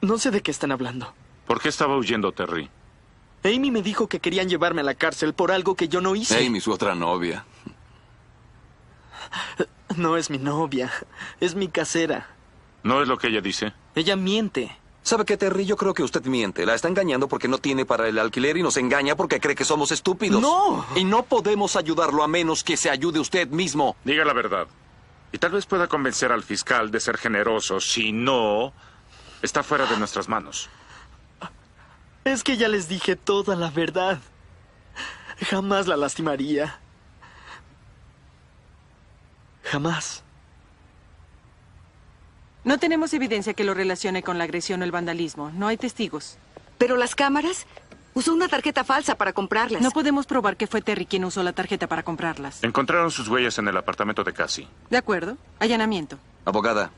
Speaker 21: No sé de qué están hablando.
Speaker 2: ¿Por qué estaba huyendo Terry?
Speaker 21: Amy me dijo que querían llevarme a la cárcel por algo que yo no hice.
Speaker 6: Amy, su otra novia.
Speaker 21: No es mi novia, es mi casera.
Speaker 2: No es lo que ella dice.
Speaker 21: Ella miente.
Speaker 6: ¿Sabe qué, Terry? Yo creo que usted miente. La está engañando porque no tiene para el alquiler y nos engaña porque cree que somos estúpidos.
Speaker 21: ¡No!
Speaker 6: Y no podemos ayudarlo a menos que se ayude usted mismo.
Speaker 2: Diga la verdad. Y tal vez pueda convencer al fiscal de ser generoso. Si no, está fuera de nuestras manos.
Speaker 21: Es que ya les dije toda la verdad. Jamás la lastimaría. Jamás.
Speaker 13: No tenemos evidencia que lo relacione con la agresión o el vandalismo. No hay testigos.
Speaker 5: ¿Pero las cámaras? Usó una tarjeta falsa para comprarlas.
Speaker 13: No podemos probar que fue Terry quien usó la tarjeta para comprarlas.
Speaker 2: Encontraron sus huellas en el apartamento de Cassie.
Speaker 13: De acuerdo. Allanamiento.
Speaker 6: Abogada,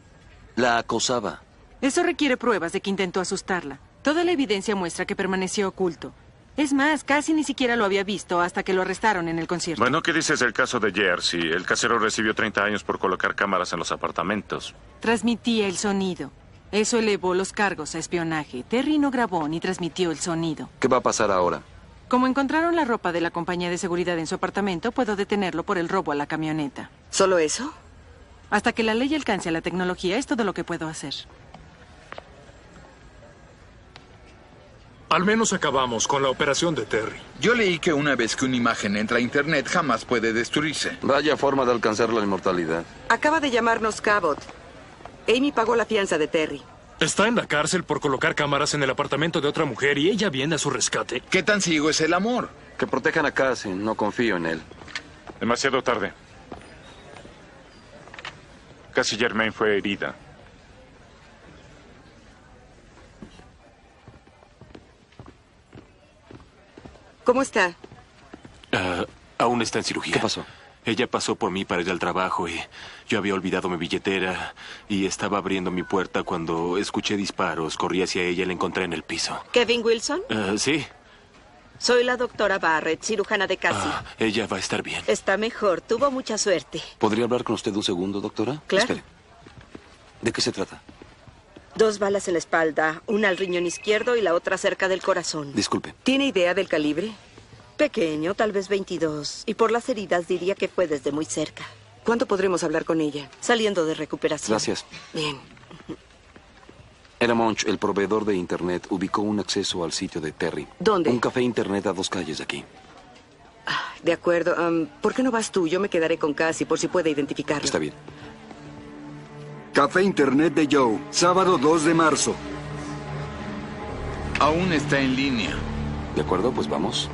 Speaker 6: la acosaba.
Speaker 13: Eso requiere pruebas de que intentó asustarla. Toda la evidencia muestra que permaneció oculto. Es más, casi ni siquiera lo había visto hasta que lo arrestaron en el concierto.
Speaker 2: Bueno, ¿qué dices del caso de Jersey? El casero recibió 30 años por colocar cámaras en los apartamentos.
Speaker 13: Transmitía el sonido. Eso elevó los cargos a espionaje. Terry no grabó ni transmitió el sonido.
Speaker 6: ¿Qué va a pasar ahora?
Speaker 13: Como encontraron la ropa de la compañía de seguridad en su apartamento, puedo detenerlo por el robo a la camioneta.
Speaker 5: ¿Solo eso?
Speaker 13: Hasta que la ley alcance a la tecnología, es todo lo que puedo hacer.
Speaker 10: Al menos acabamos con la operación de Terry.
Speaker 8: Yo leí que una vez que una imagen entra a Internet jamás puede destruirse.
Speaker 6: Vaya forma de alcanzar la inmortalidad.
Speaker 5: Acaba de llamarnos Cabot. Amy pagó la fianza de Terry.
Speaker 10: Está en la cárcel por colocar cámaras en el apartamento de otra mujer y ella viene a su rescate.
Speaker 8: ¿Qué tan ciego es el amor?
Speaker 6: Que protejan a Cassie, no confío en él.
Speaker 2: Demasiado tarde. Cassie Germain fue herida.
Speaker 5: ¿Cómo está?
Speaker 3: Ah, aún está en cirugía.
Speaker 6: ¿Qué pasó?
Speaker 3: Ella pasó por mí para ir al trabajo y yo había olvidado mi billetera y estaba abriendo mi puerta cuando escuché disparos. Corrí hacia ella y la encontré en el piso.
Speaker 11: ¿Kevin Wilson?
Speaker 3: Ah,
Speaker 6: Eh,
Speaker 3: sí,
Speaker 11: Soy la doctora Barrett, cirujana de Cassie.
Speaker 3: Ah, ella va a estar bien.
Speaker 11: Está mejor, tuvo mucha suerte.
Speaker 6: ¿Podría hablar con usted un segundo, doctora?
Speaker 11: Claro.
Speaker 6: Espere. ¿De qué se trata?
Speaker 11: Dos balas en la espalda, una al riñón izquierdo y la otra cerca del corazón.
Speaker 6: Disculpe.
Speaker 5: ¿Tiene idea del calibre?
Speaker 11: Pequeño, tal vez 22. Y por las heridas diría que fue desde muy cerca.
Speaker 5: ¿Cuándo podremos hablar con ella?
Speaker 11: Saliendo de recuperación.
Speaker 6: Gracias.
Speaker 5: Bien.
Speaker 6: Era Monch, el proveedor de Internet, ubicó un acceso al sitio de Terry.
Speaker 5: ¿Dónde?
Speaker 6: Un café Internet a dos calles de aquí.
Speaker 5: De acuerdo. am, ¿Por qué no vas tú? Yo me quedaré con Cassie por si puede identificarla.
Speaker 6: Está bien.
Speaker 1: Café Internet de Joe, sábado 2 de marzo.
Speaker 8: Aún está en línea.
Speaker 6: ¿De acuerdo? Pues vamos.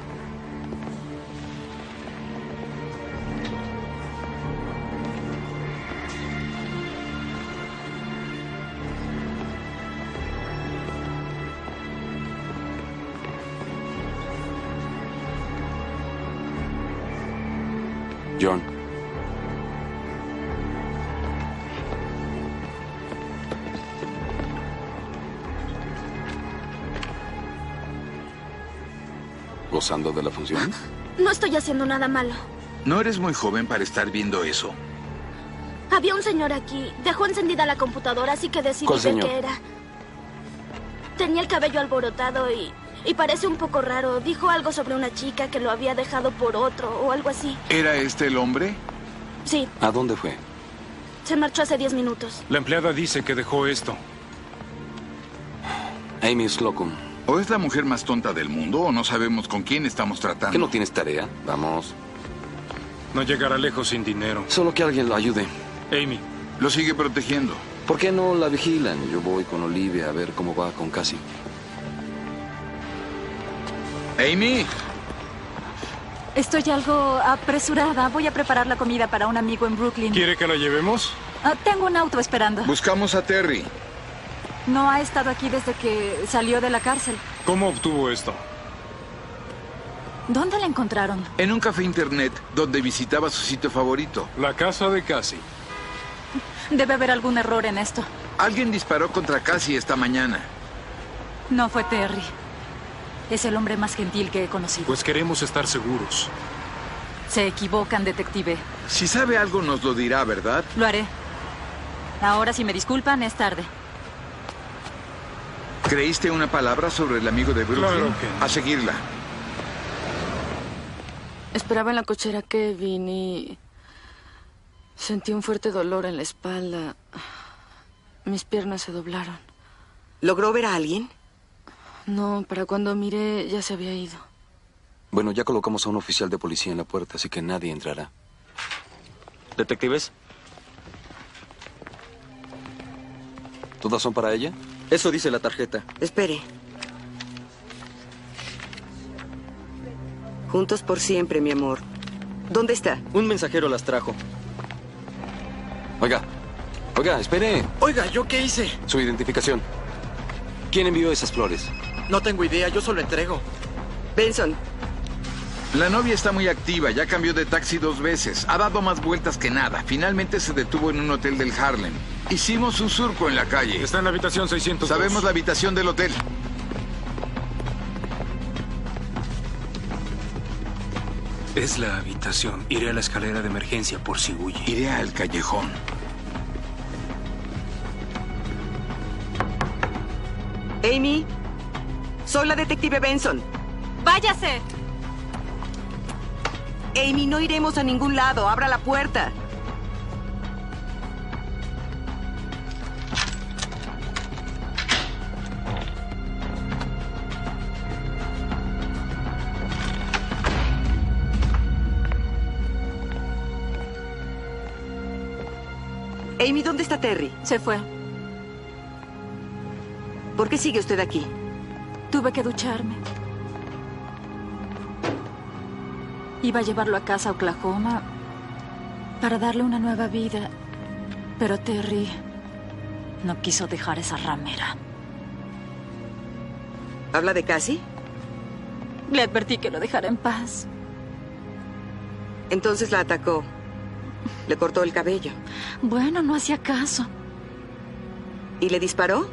Speaker 6: John. ¿Gozando de la función?
Speaker 22: No estoy haciendo nada malo.
Speaker 8: No eres muy joven para estar viendo eso.
Speaker 22: Había un señor aquí. Dejó encendida la computadora, así que decidí
Speaker 6: ¿Cuál
Speaker 22: ver
Speaker 6: señor?
Speaker 22: qué era. Tenía el cabello alborotado y, y parece un poco raro. Dijo algo sobre una chica que lo había dejado por otro o algo así.
Speaker 8: ¿Era este el hombre?
Speaker 22: Sí,
Speaker 6: ¿A dónde fue?
Speaker 22: se marchó hace 10 minutos.
Speaker 10: La empleada dice que dejó esto.
Speaker 6: Amy Slocum.
Speaker 8: ¿O es la mujer más tonta del mundo o no sabemos con quién estamos tratando?
Speaker 6: ¿Que no tienes tarea? Vamos.
Speaker 10: No llegará lejos sin dinero.
Speaker 6: Solo que alguien lo ayude.
Speaker 10: Amy.
Speaker 8: Lo sigue protegiendo.
Speaker 6: ¿Por qué no la vigilan? Yo voy con Olivia a ver cómo va con Cassie.
Speaker 8: Amy,
Speaker 4: Estoy algo apresurada. Voy a preparar la comida para un amigo en Brooklyn.
Speaker 10: ¿Quiere que la llevemos?
Speaker 4: Ah, tengo un auto esperando.
Speaker 8: buscamos a Terry.
Speaker 4: No ha estado aquí desde que salió de la cárcel.
Speaker 10: ¿Cómo obtuvo esto?
Speaker 4: ¿Dónde la encontraron?
Speaker 8: En un café internet donde visitaba su sitio favorito.
Speaker 10: La casa de Cassie.
Speaker 4: Debe haber algún error en esto.
Speaker 8: Alguien disparó contra Cassie esta mañana.
Speaker 4: No fue Terry. Es el hombre más gentil que he conocido.
Speaker 10: Pues queremos estar seguros.
Speaker 4: Se equivocan, detective.
Speaker 8: Si sabe algo nos lo dirá, ¿verdad?
Speaker 4: Lo haré. Ahora, si me disculpan, es tarde.
Speaker 8: ¿Creíste una palabra sobre el amigo de Brooklyn?
Speaker 10: Claro que
Speaker 8: A seguirla.
Speaker 14: Esperaba en la cochera que Kevin y sentí un fuerte dolor en la espalda. Mis piernas se doblaron.
Speaker 5: ¿Logró ver a alguien?
Speaker 14: No, para cuando miré ya se había ido.
Speaker 6: Bueno, ya colocamos a un oficial de policía en la puerta, así que nadie entrará.
Speaker 15: ¿Detectives?
Speaker 6: ¿Todas son para ella?
Speaker 21: Eso dice la tarjeta.
Speaker 5: Espere. Juntos por siempre, mi amor. ¿Dónde está?
Speaker 21: Un mensajero las trajo.
Speaker 6: Oiga, Oiga, espere.
Speaker 21: Oiga, ¿yo qué hice?
Speaker 6: Su identificación. ¿Quién envió esas flores?
Speaker 21: No tengo idea, yo solo entrego. Benson.
Speaker 8: La novia está muy activa, ya cambió de taxi dos veces, ha dado más vueltas que nada. Finalmente se detuvo en un hotel del Harlem. Hicimos un surco en la calle.
Speaker 10: Está en la habitación 600.
Speaker 8: Sabemos la habitación del hotel.
Speaker 7: Es la habitación. Iré a la escalera de emergencia por si huye.
Speaker 8: Iré al callejón.
Speaker 5: Amy, soy la detective Benson.
Speaker 16: Váyase.
Speaker 5: Amy, no iremos a ningún lado. Abra la puerta. Amy, ¿dónde está Terry?
Speaker 4: Se fue.
Speaker 5: ¿Por qué sigue usted aquí?
Speaker 4: Tuve que ducharme. Iba a llevarlo a casa a Oklahoma para darle una nueva vida. Pero Terry no quiso dejar esa ramera.
Speaker 5: ¿Habla de Cassie?
Speaker 4: Le advertí que lo dejara en paz.
Speaker 5: Entonces la atacó. Le cortó el cabello.
Speaker 4: Bueno, no hacía caso.
Speaker 5: ¿Y le disparó?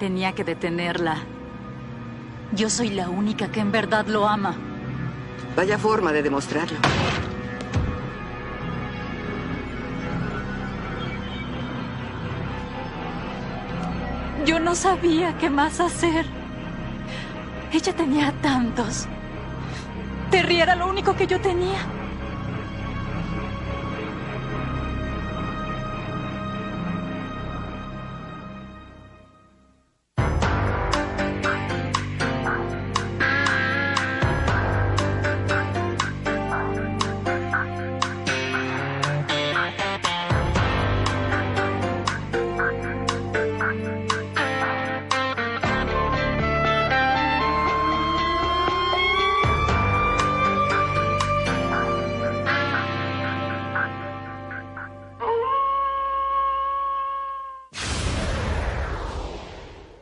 Speaker 4: Tenía que detenerla. Yo soy la única que en verdad lo ama.
Speaker 5: Vaya forma de demostrarlo.
Speaker 4: Yo no sabía qué más hacer. Ella tenía a tantos. Terry era lo único que yo tenía.